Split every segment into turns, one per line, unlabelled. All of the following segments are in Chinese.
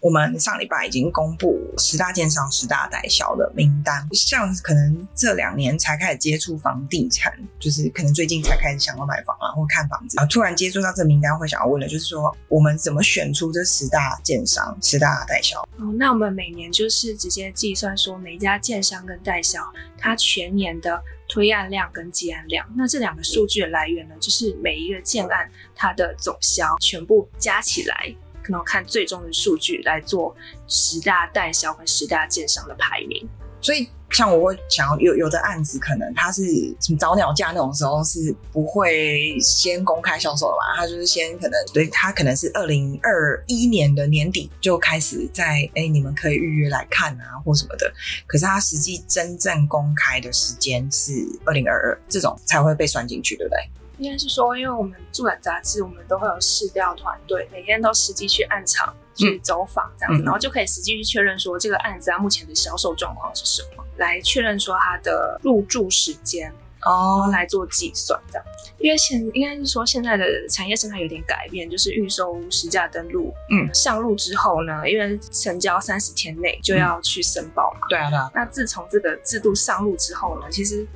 我们上礼拜已经公布十大建商、十大代销的名单，像可能这两年才开始接触房地产，就是可能最近才开始想要买房啊，或看房子啊，突然接触到这名单，会想要问的就是说，我们怎么选出这十大建商、十大代销？
哦，那我们每年就是直接计算说每一家建商跟代销它全年的推案量跟结案量。那这两个数据的来源呢，就是每一个建案它的总销全部加起来，可能看最终的数据来做十大代销跟十大建商的排名。
所以像我会想要有有的案子，可能它是什么早鸟价那种时候是不会先公开销售的嘛，它就是先可能对它可能是二零二一年的年底就开始在哎、你们可以预约来看啊或什么的，可是它实际真正公开的时间是二零二二，这种才会被算进去，对不对？
应该是说，因为我们驻展杂志，我们都会有试调团队，每天都实际去案场去走访这样子，
嗯
然后就可以实际去确认说这个案子它目前的销售状况是什么，来确认说它的入驻时间，然后
哦，
来做计算这样。因为现应该是说现在的产业生态有点改变，就是预售屋实价登录，
嗯
上路之后呢，因为成交三十天内
嗯
就要去申报嘛，
对啊，对啊，
那自从这个制度上路之后呢，其实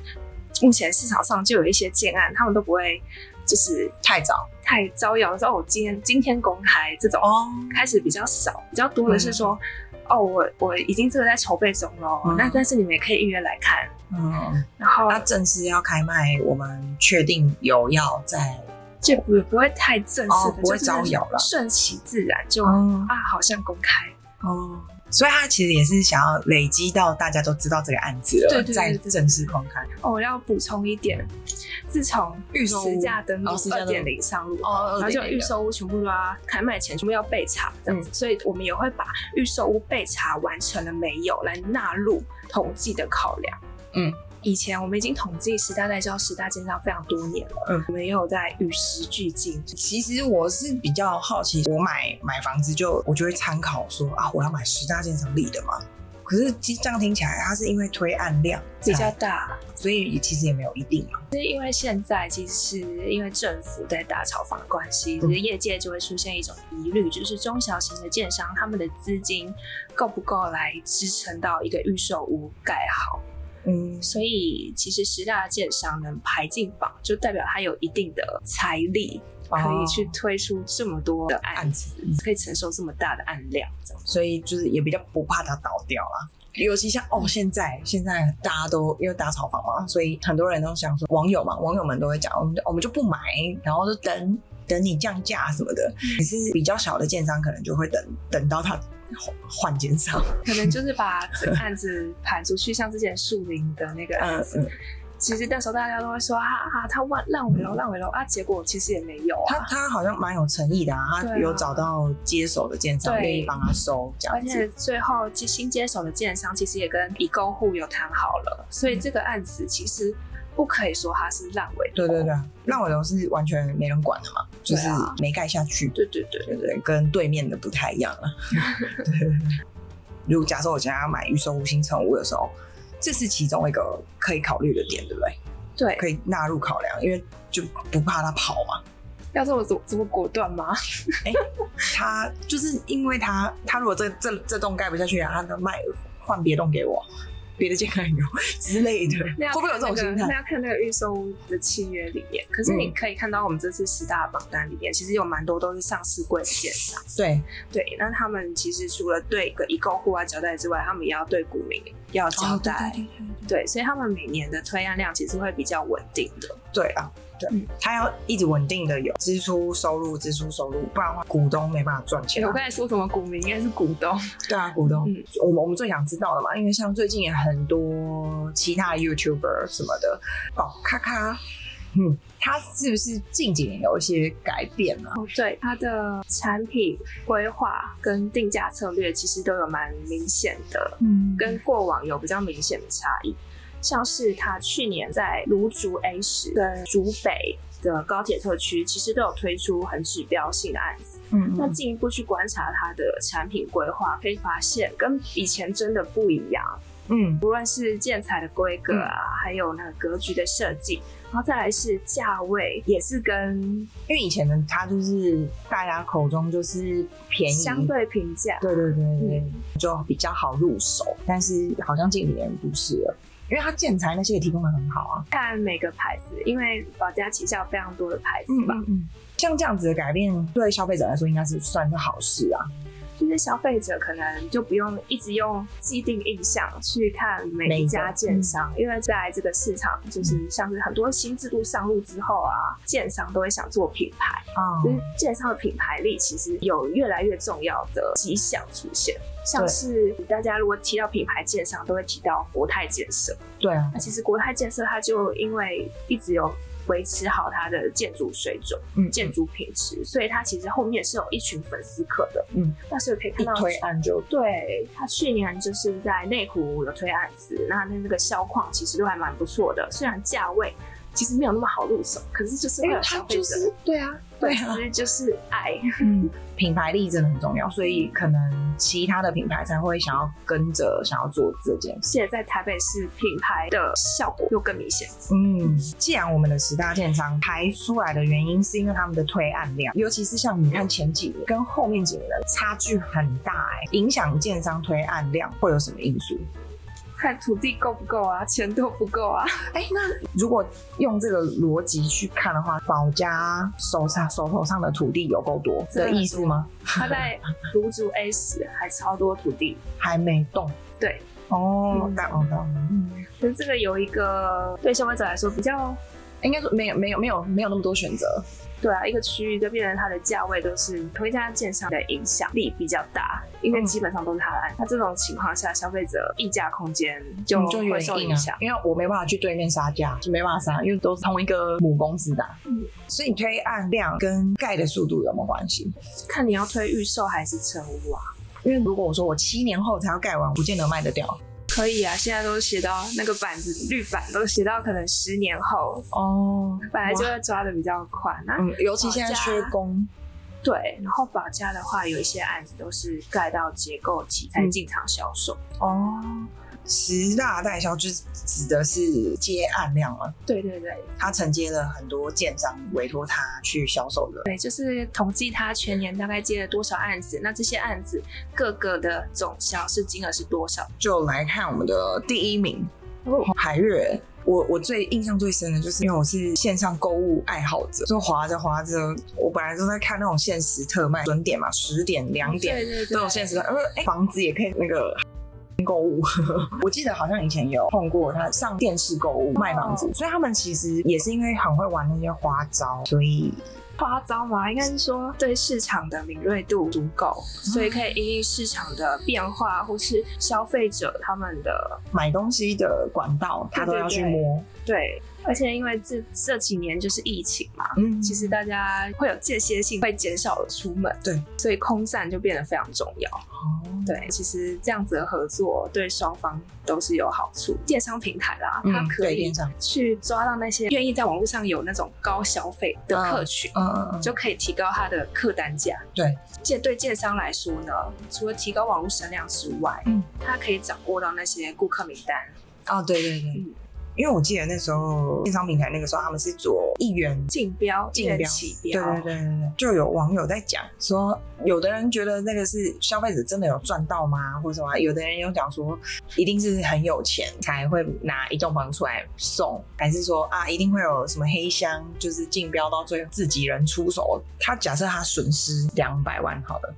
目前市场上就有一些建案，他们都不会就是
太早
太招摇说哦，我今天今天公开这种，
哦，
开始比较少，比较多的是说。哦，我我已经这个在筹备中了，
嗯
那但是你们也可以预约来看。
嗯，
然后
那正式要开卖，我们确定有要在
就不不会太正式
哦
的，
不会
就是
招摇啦
顺其自然就、
哦
啊，好像公开，
哦，所以他其实也是想要累积到大家都知道这个案子了，
对对对
再
对对
正式公开。
哦，我要补充一点，自从
预售屋
实价登录
哦实价
二
登录
点零上路，
哦
然后就
2.0
预售屋全部都要开卖前全部要备查这
嗯
样子，所以我们也会把预售屋备查完成了没有来纳入统计的考量。
嗯。
以前我们已经统计十大代销、十大经商非常多年了，
嗯
我们也有在与时俱进，
其实我是比较好奇，我买买房子就我就会参考说啊，我要买十大建商立的嘛。可是其实这样听起来，它是因为推案量
比较
才，
大。
所以其实也没有一定啊嘛。
是因为现在其实因为政府在打炒房的关
嗯
系，就是业界就会出现一种疑虑，就是中小型的建商他们的资金够不够来支撑到一个预售屋盖好，
嗯，
所以其实十大建商能排进榜，就代表它有一定的财力。可以去推出这么多的案
案
子，
子，
可以承受这么大的案量，这样
所以就是也比较不怕它倒掉啦。尤其像
嗯
哦，现在现在大家都因为打炒房嘛，所以很多人都想说，网友嘛，网友们都会讲，哦我们就我们就不买，然后就等等你降价什么的。可是比较小的建商可能就会等等到它换建 商，
可能就是把这个案子盘出去，像之前树林的那个案
嗯
子，
嗯，
其实那时候大家都会说哈哈，他烂烂尾楼烂尾楼啊，结果其实也没有
他
啊。
他好像蛮有诚意的啊，
对
他
啊
有找到接手的建商
对
愿意帮他收这
而
样
且
子，
最后接新接手的建商其实也跟已购户有谈好了，所以这个案子其实不可以说它是烂尾楼。
对对对，烂尾楼是完全没人管的嘛，就是
对啊
没盖下去，
对对对
对对，跟对面的不太一样 了。对，如果假设我现在要买预售屋、新成屋的时候，这是其中一个可以考虑的点，对不对？
对
可以纳入考量，因为就不怕它跑嘛。
要这么怎怎么果断吗？
它就是因为它，它如果这这这栋盖不下去啊，它能卖换别栋给我，别的健康有 之类的，
那要
会不会有这种
看那
心
个
态
那？要看那个预售屋的契约里面。可是你
嗯
可以看到我们这次十大榜单里面，其实有蛮多都是上市柜的建商。
对，
对，那他们其实除了对个已购户啊交代之外，他们也要对股民要交代。
哦对
哦对，所以他们每年的推案量其实会比较稳定的。
对啊，对
嗯，
它要一直稳定的有支出收入，支出收入，不然的话股东没办法赚钱啊、
我刚才说什么股民应该是股东，
对啊，股东，
嗯
我们我们最想知道的嘛，因为像最近也很多其他 YouTuber 什么的，哦，咔咔，嗯，他是不是近几年有一些改变啊？
哦，对，它的产品规划跟定价策略其实都有蛮明显的，
嗯
跟过往有比较明显的差异。像是它去年在芦竹 A 十跟竹北的高铁特区，其实都有推出很指标性的案子。
嗯
那进一步去观察它的产品规划，可以发现跟以前真的不一样。
嗯
无论是建材的规格啊，还有那个格局的设计，然后再来是价位，也是跟
因为以前的它就是大家口中就是便宜，
相对平价。
对对对对，
嗯
就比较好入手。但是好像近几年不是了，因为它建材那些也提供的很好啊。
看每个牌子，因为保家旗下有非常多的牌子吧，
嗯，像这样子的改变，对消费者来说应该是算是好事啊。
就是消费者可能就不用一直用既定印象去看每一家建商，
嗯
因为在这个市场，就是像是很多新制度上路之后啊，建商都会想做品牌，
啊
就是建商的品牌力其实有越来越重要的迹象出现。像是大家如果提到品牌建商，都会提到国泰建设。
对啊，
那其实国泰建设它就因为一直有维持好它的建筑水准、
嗯
建筑品质，所以它其实后面是有一群粉丝客的。
嗯，
那所以可以看
一
到
推案就
对他去年就是在内湖有推案子，那那个销况其实都还蛮不错的，虽然价位其实没有那么好入手，可是哎就是会有消费者
对啊，
粉丝就是呃爱，
嗯，品牌力真的很重要，所以可能其他的品牌才会想要跟着想要做这件事。
现在在台北市品牌的效果又更明显。
嗯，既然我们的十大建商排出来的原因是因为他们的推案量，尤其是像你看前几年跟后面几年的差距很大、欸，影响建商推案量会有什么因素？
看土地够不够啊，钱多不够啊，
哎、那如果用这个逻辑去看的话，保家手上手头上的土地有够多
真
的
的很多
意思吗？
他在芦竹 A 十还超多土地，
还没动。
对，
哦，
嗯
但哦，但
嗯，可是这个有一个对消费者来说比较
应该说没有没有没有没有那么多选择。
对啊，一个区域就变成它的价位都是同一家建商的影响力比较大，因
嗯
为基本上都是它来。那这种情况下，消费者议价空间就
嗯就
会
原
受
因
影
啊
响，。
因为我没办法去对面杀价，就没办法杀，因为都是同一个母公司的啊、
嗯
所以你推案量跟盖的速度有没有关系？
看你要推预售还是成屋啊？
因为如果我说我七年后才要盖完，不见得卖得掉
可以啊，现在都写到那个板子绿板都写到可能十年后，
哦。
本来就会抓的比较快。那、
嗯，尤其现在
保价
缺工，
对，然后保价的话，有一些案子都是盖到结构体
嗯
才进场销售。
哦，十大代销就是指的是接案量嘛，
对对对，
他承接了很多建商委托他去销售的。
对，就是统计他全年大概接了多少案子，那这些案子各个的总销售金额是多少？
就来看我们的第一名
哦
海月。我我最印象最深的就是，因为我是线上购物爱好者，就滑着滑着，我本来都在看那种限时特卖，准点嘛，十点、两点
对对对，
都有限时特卖，呃，哎、房子也可以那个购物。 我记得好像以前有碰过他上电视购物卖房子，所以他们其实也是因为很会玩那些花招，所以
夸张嘛，应该是说对市场的敏锐度足够，所以可以因应市场的变化，或是消费者他们的
买东西的管道他都要去摸。
对。而且因为这这几年就是疫情嘛，
嗯
其实大家会有间歇性会减少了出门，
对，
所以空散就变得非常重要。
哦
对，其实这样子的合作对双方都是有好处。电商平台啦，
嗯
它可
对
以
电商
去抓到那些愿意在网络上有那种高消费的客群，
嗯嗯嗯，
就可以提高它的客单价。
对，
这对建商来说呢，除了提高网络销量之外，
嗯
它可以掌握到那些顾客名单。
哦，对对对
嗯，
因为我记得那时候电商平台那个时候他们是做一元。
竞标、
竞标
一人起
对
标，
对对对对，就有网友在讲说，有的人觉得那个是消费者真的有赚到吗，或者什么啊？有的人有讲说，一定是很有钱才会拿一栋房出来送，还是说啊，一定会有什么黑箱，就是竞标到最后自己人出手。他假设他损失两百万，好了，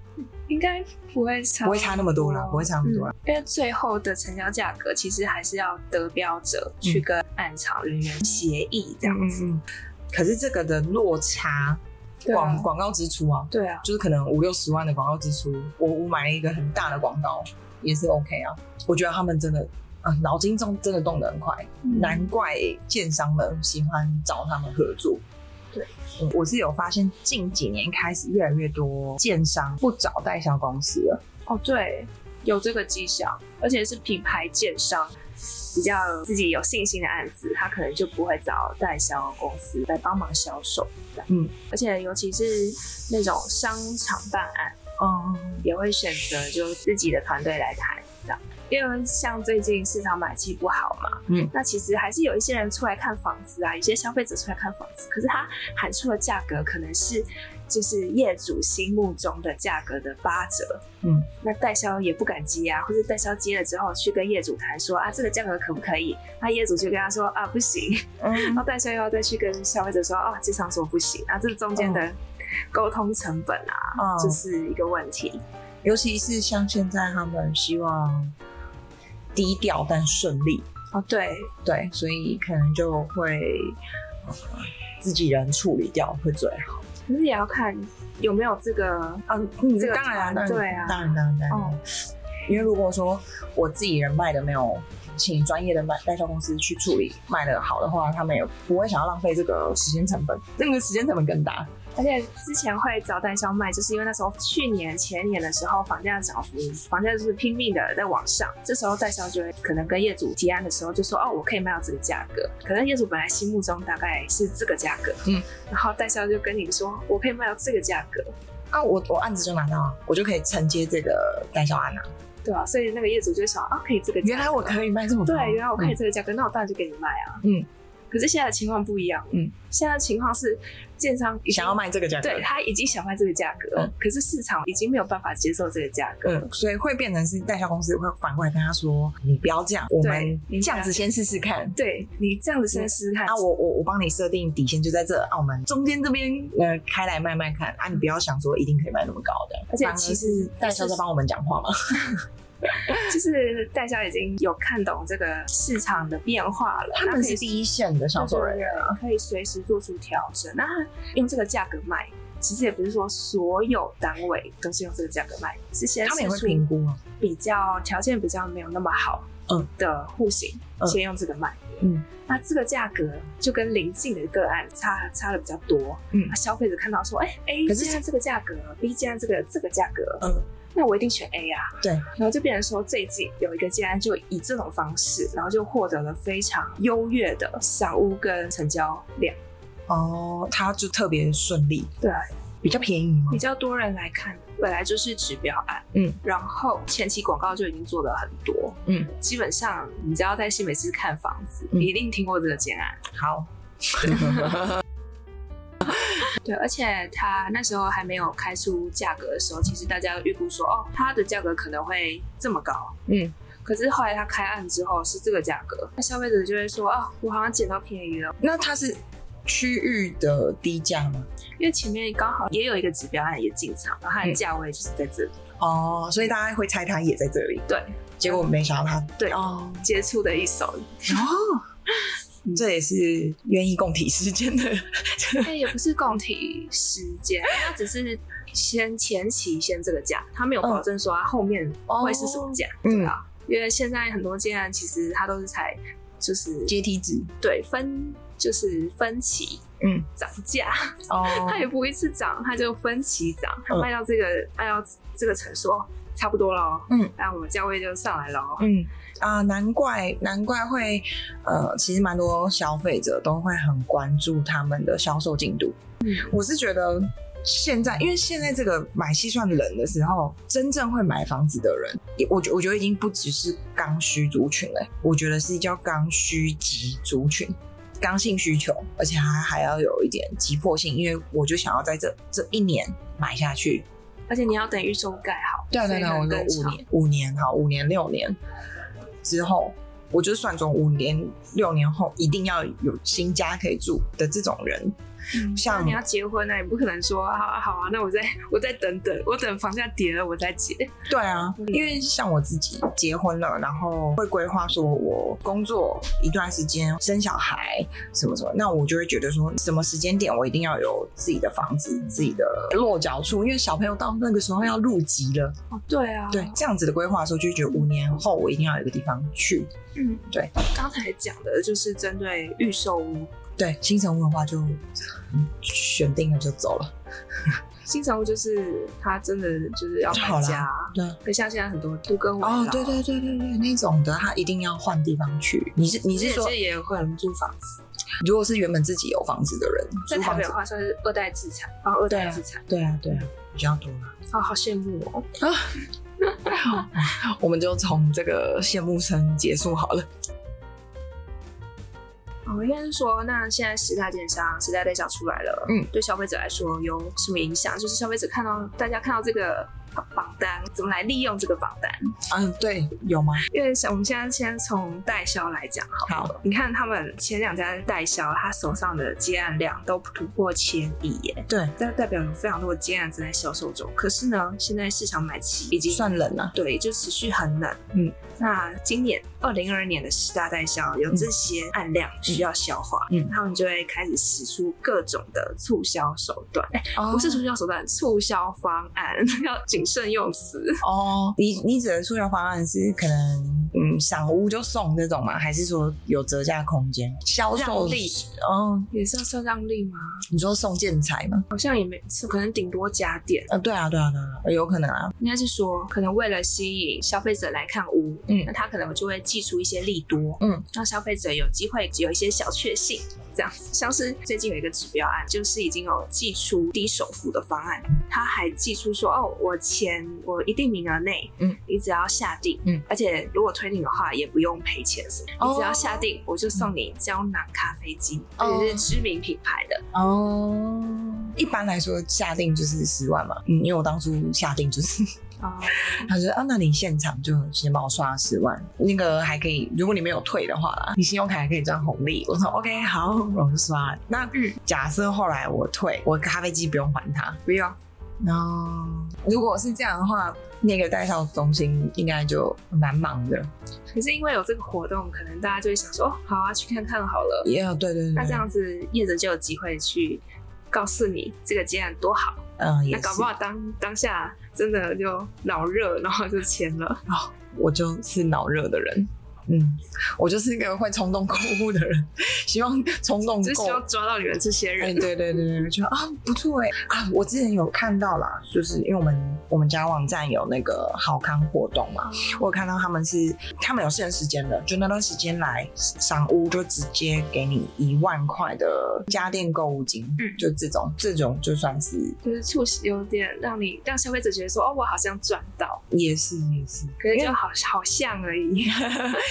应该不会差，嗯
不会差那么多啦，不会差那么多啦。
因为最后的成交价格其实还是要得标者去
嗯
跟暗场人员协议
这
这样
样
子。
子。可是这个的落差，
对
广
啊，
广告支出啊，
对啊，
就是可能五六十万的广告支出，我我买了一个很大的广告也是 OK 啊。我觉得他们真的啊，脑筋中真的动得很快，
嗯
难怪建商们喜欢找他们合作。
对
嗯，我是有发现近几年开始越来越多建商不找代销公司了。
哦，对，有这个迹象，而且是品牌建商比较自己有信心的案子，他可能就不会找代销公司来帮忙销售。
嗯，
而且尤其是那种商场办案，
嗯，
也会选择就自己的团队来谈。这样，因为像最近市场买气不好嘛，
嗯，
那其实还是有一些人出来看房子啊，有些消费者出来看房子，可是他喊出的价格可能是就是业主心目中的价格的八折，
嗯，
那代销也不敢接啊，或者代销接了之后去跟业主谈说啊这个价格可不可以，那业主就跟他说啊不行， 然
嗯
后代销又要再去跟消费者说啊这场所不行，啊这中间
哦
的沟通成本啊，
啊
这、是一个问
哦
题，
尤其是像现在他们希望低调但顺利，
哦对，
对，所以可能就会、呃自己人处理掉会最好。
可是也要看有没有这个
嗯，
这个
当然啊，
团队啊
当然当然当然。
哦
因为如果说我自己人卖的没有请专业的卖代销公司去处理卖的好的话，他们也不会想要浪费这个时间成本，这个时间成本更大。
而且之前会找代销卖，就是因为那时候去年前年的时候，房价涨幅，房价就是拼命的在往上。这时候代销就会可能跟业主提案的时候就说：“哦，我可以卖到这个价格。”可能业主本来心目中大概是这个价格，
嗯，
然后代销就跟你说：“我可以卖到这个价格。
啊，我我案子就拿到了，我就可以承接这个代销案了、”
对啊，所以那个业主就想：“啊，可以这个价格。”
原来我可以卖这么嗯多，
对，原来我可以这个价格，那我当然就给你卖啊。
嗯。
可是现在的情况不一样，
嗯，
现在的情况是建商已
嗯
经
想要卖这 个价格，
对他已经想卖这个价格，
嗯
可是市场已经没有办法接受这个价格。
嗯，所以会变成是代销公司会反过来跟他说：“你不要这样，我们
对你
这样子先试试看。
对你这样子先试试看，
啊，我我我帮你设定底线就在这，啊，我们中间这边呃开来卖卖看啊，你不要想说一定可以卖那么高的，
而且
反
其实
是代销在帮我们讲话嘛。
就是代销已经有看懂这个市场的变化了，
他们是
一
第一线的销售人员，啊
员，可以随时做出调整。那他用这个价格卖，其实也不是说所有单位都是用这个价格卖，是先
他们也会
试出
评估啊。
比较条件比较没有那么好
嗯
的户型，
嗯
先用这个卖。
嗯，
那这个价格就跟临近的个案差差的比较多。
嗯
那消费者看到说，哎、a
可是
现在这个价格，B 竟然这个这个价格，
嗯，
那我一定选 A 啊。
对
然后就变成说，最近有一个竟然就以这种方式，然后就获得了非常优越的赏屋跟成交量，
嗯哦，他就特别顺利，
对啊，
比较便宜嘛
比。较多人来看，本来就是指标案，
嗯，
然后前期广告就已经做了很多，
嗯，
基本上你只要在新北市看房子，
嗯
你一定听过这个建案，
好，
对，而且它那时候还没有开出价格的时候，其实大家预估说，哦，它的价格可能会这么高，
嗯，
可是后来它开案之后是这个价格，那消费者就会说，啊、我好像捡到便宜了，
那他是区域的低价吗？
因为前面刚好也有一个指标案也进场，然后它的
嗯
价位就是在这里，
哦，所以大家会猜他也在这里，
对，
结果没想到他
对
哦，
接触的一 手
哦， 这也是愿意共体时间的，
但也不是共体时间，它只是先前期先这个价，它没有保证说它后面会是什么价，
嗯
对啊，因为现在很多建案其实它都是才就是
阶梯值
对分就是分期，
嗯，
涨价，
哦，
它也不会一次涨，它就分期涨，它
嗯
卖到这个卖到这个层数哦差不多喽，
嗯，
那我们价位就上来哦喽，
嗯啊，难怪难怪会呃，其实蛮多消费者都会很关注他们的销售进度。
嗯，
我是觉得现在，因为现在这个买气算冷的时候，真正会买房子的人，也我觉我觉得已经不只是刚需族群了、我觉得是叫刚需及族群。刚性需求，而且还还要有一点急迫性，因为我就想要在这这一年买下去，
而且你要等预售盖好，
对对对，
所以
我
可能
说五
更长
年，五年好，五年六年之后，我就算中五年六年后一定要有新家可以住的这种人，
嗯
像
那你要结婚呢、啊，也不可能说好啊好啊，那我再我再等等，我等房价跌了我再结。
对啊，
嗯
因为像我自己结婚了，然后会规划说我工作一段时间，生小孩什么什么，那我就会觉得说，什么时间点我一定要有自己的房子、自己的落脚处，因为小朋友到那个时候要入籍了，
哦，对啊，
对，这样子的规划的时候，就觉得五年后我一定要有一个地方去，
嗯，
对。
刚才讲的就是针对预售屋，
对，新城文化就嗯选定了就走了。
新城屋就是它真的就是要
好
搬
啦
家，
对，
可像现在很多都跟
哦，对对对对对，那种的他一定要换地方去。你是你
你
是说，
也有会有人租房子，
如果是原本自己有房子的人，
在
租
台
房
北的
子，
话算是二代资产，然后二代资产，
对啊对啊，比较多啦。
啊、好羡慕哦。
我们就从这个羡慕声结束好了。
我哦应该是说，那现在十大电商、十大代销出来了，
嗯，
对消费者来说有什么影响？就是消费者看到大家看到这个榜单，怎么来利用这个榜单？
嗯，对，有吗？
因为像我们现在先从代销来讲好了，
好
你看他们前两家代销，他手上的接案量都突破千亿耶，
对，
这代表有非常多的接案正在销售中。可是呢，现在市场买气已经
算冷啊。
对，就持续很冷。
嗯，
那今年二零二二年的十大代销有这些案量需要消化，
嗯嗯
他们就会开始使出各种的促销手段，哎
哦
不是促销手段，促销方案 要谨慎用词。
哦，你你指的促销方案是可能嗯，赏屋就送这种吗？还是说有折价空间？销售
让利
嗯，
也是要算让利吗？
你说送建材吗？
好像也没，是可能顶多加点。
嗯、对啊，对啊，对啊，有可能啊。
应该是说，可能为了吸引消费者来看屋，
嗯
那他可能就会寄出一些利多，
嗯，
让消费者有机会有一些小确幸，这样子。像是最近有一个指标案，就是已经有寄出低首付的方案，他还寄出说，哦，我钱我一定名额内，
嗯，
你只要下定，
嗯，
而且如果推定的话也不用赔钱什么，你只要
哦
下定，我就送你胶囊咖啡机，
哦
而且是知名品牌的，
哦，一般来说下定就是十万嘛，嗯，因为我当初下定就是，
哦、
他说啊，那你现场就先帮我刷十万，那个还可以，如果你没有退的话啦，你信用卡还可以赚红利。我说 OK 好，我就刷了。那
嗯
假设后来我退，我咖啡机不用还他。
不用。
然后如果是这样的话，那个代销中心应该就蛮忙的。
可是因为有这个活动，可能大家就会想说，哦，好啊，去看看好了。
也、有对对对，
那这样子，业者就有机会去告诉你这个接案多好。
嗯也
那
是
搞，不好当当下真的就脑热，然后就签了。
我就是脑热的人。嗯，我就是一个会冲动购物的人， 希望冲动
就是
购
希望抓到你们这些
哎、
人。
对对对对，就啊不错哎、啊！我之前有看到啦，就是因为我们我们家网站有那个好康活动嘛，我有看到他们是他们有限时间的，就那段时间来赏屋就直接给你一万块的家电购物金，
嗯
就这种这种就算是
就是促使有点让你让消费者觉得说，哦，我好像赚到，
也是也是，
可是就好好像而已。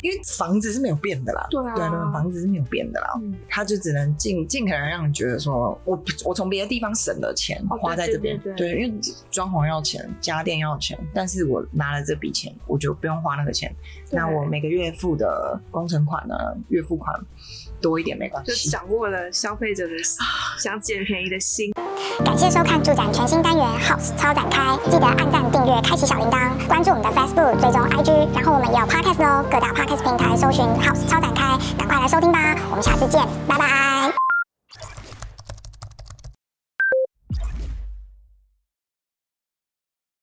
因为房子是没有变的啦，
对啊，
对对，房子是没有变的啦。
嗯，
他就只能尽尽可能让你觉得说，我我从别的地方省了钱
哦对
花在这边，
对对
因为装潢要钱，家电要钱，但是我拿了这笔钱，我就不用花那个钱，
对
那我每个月付的工程款呢，月付款多一点没关
就
系。
掌握了消费者的
啊
想捡便宜的心。
感谢收看住展全新单元 House 超展开，记得按赞、订阅、开启小铃铛，关注我们的 Facebook，追踪 IG，然后我们也有 Podcast 哦，各大 Podcast 平台搜寻 House 超展开，赶快来收听吧，我们下次见，拜拜。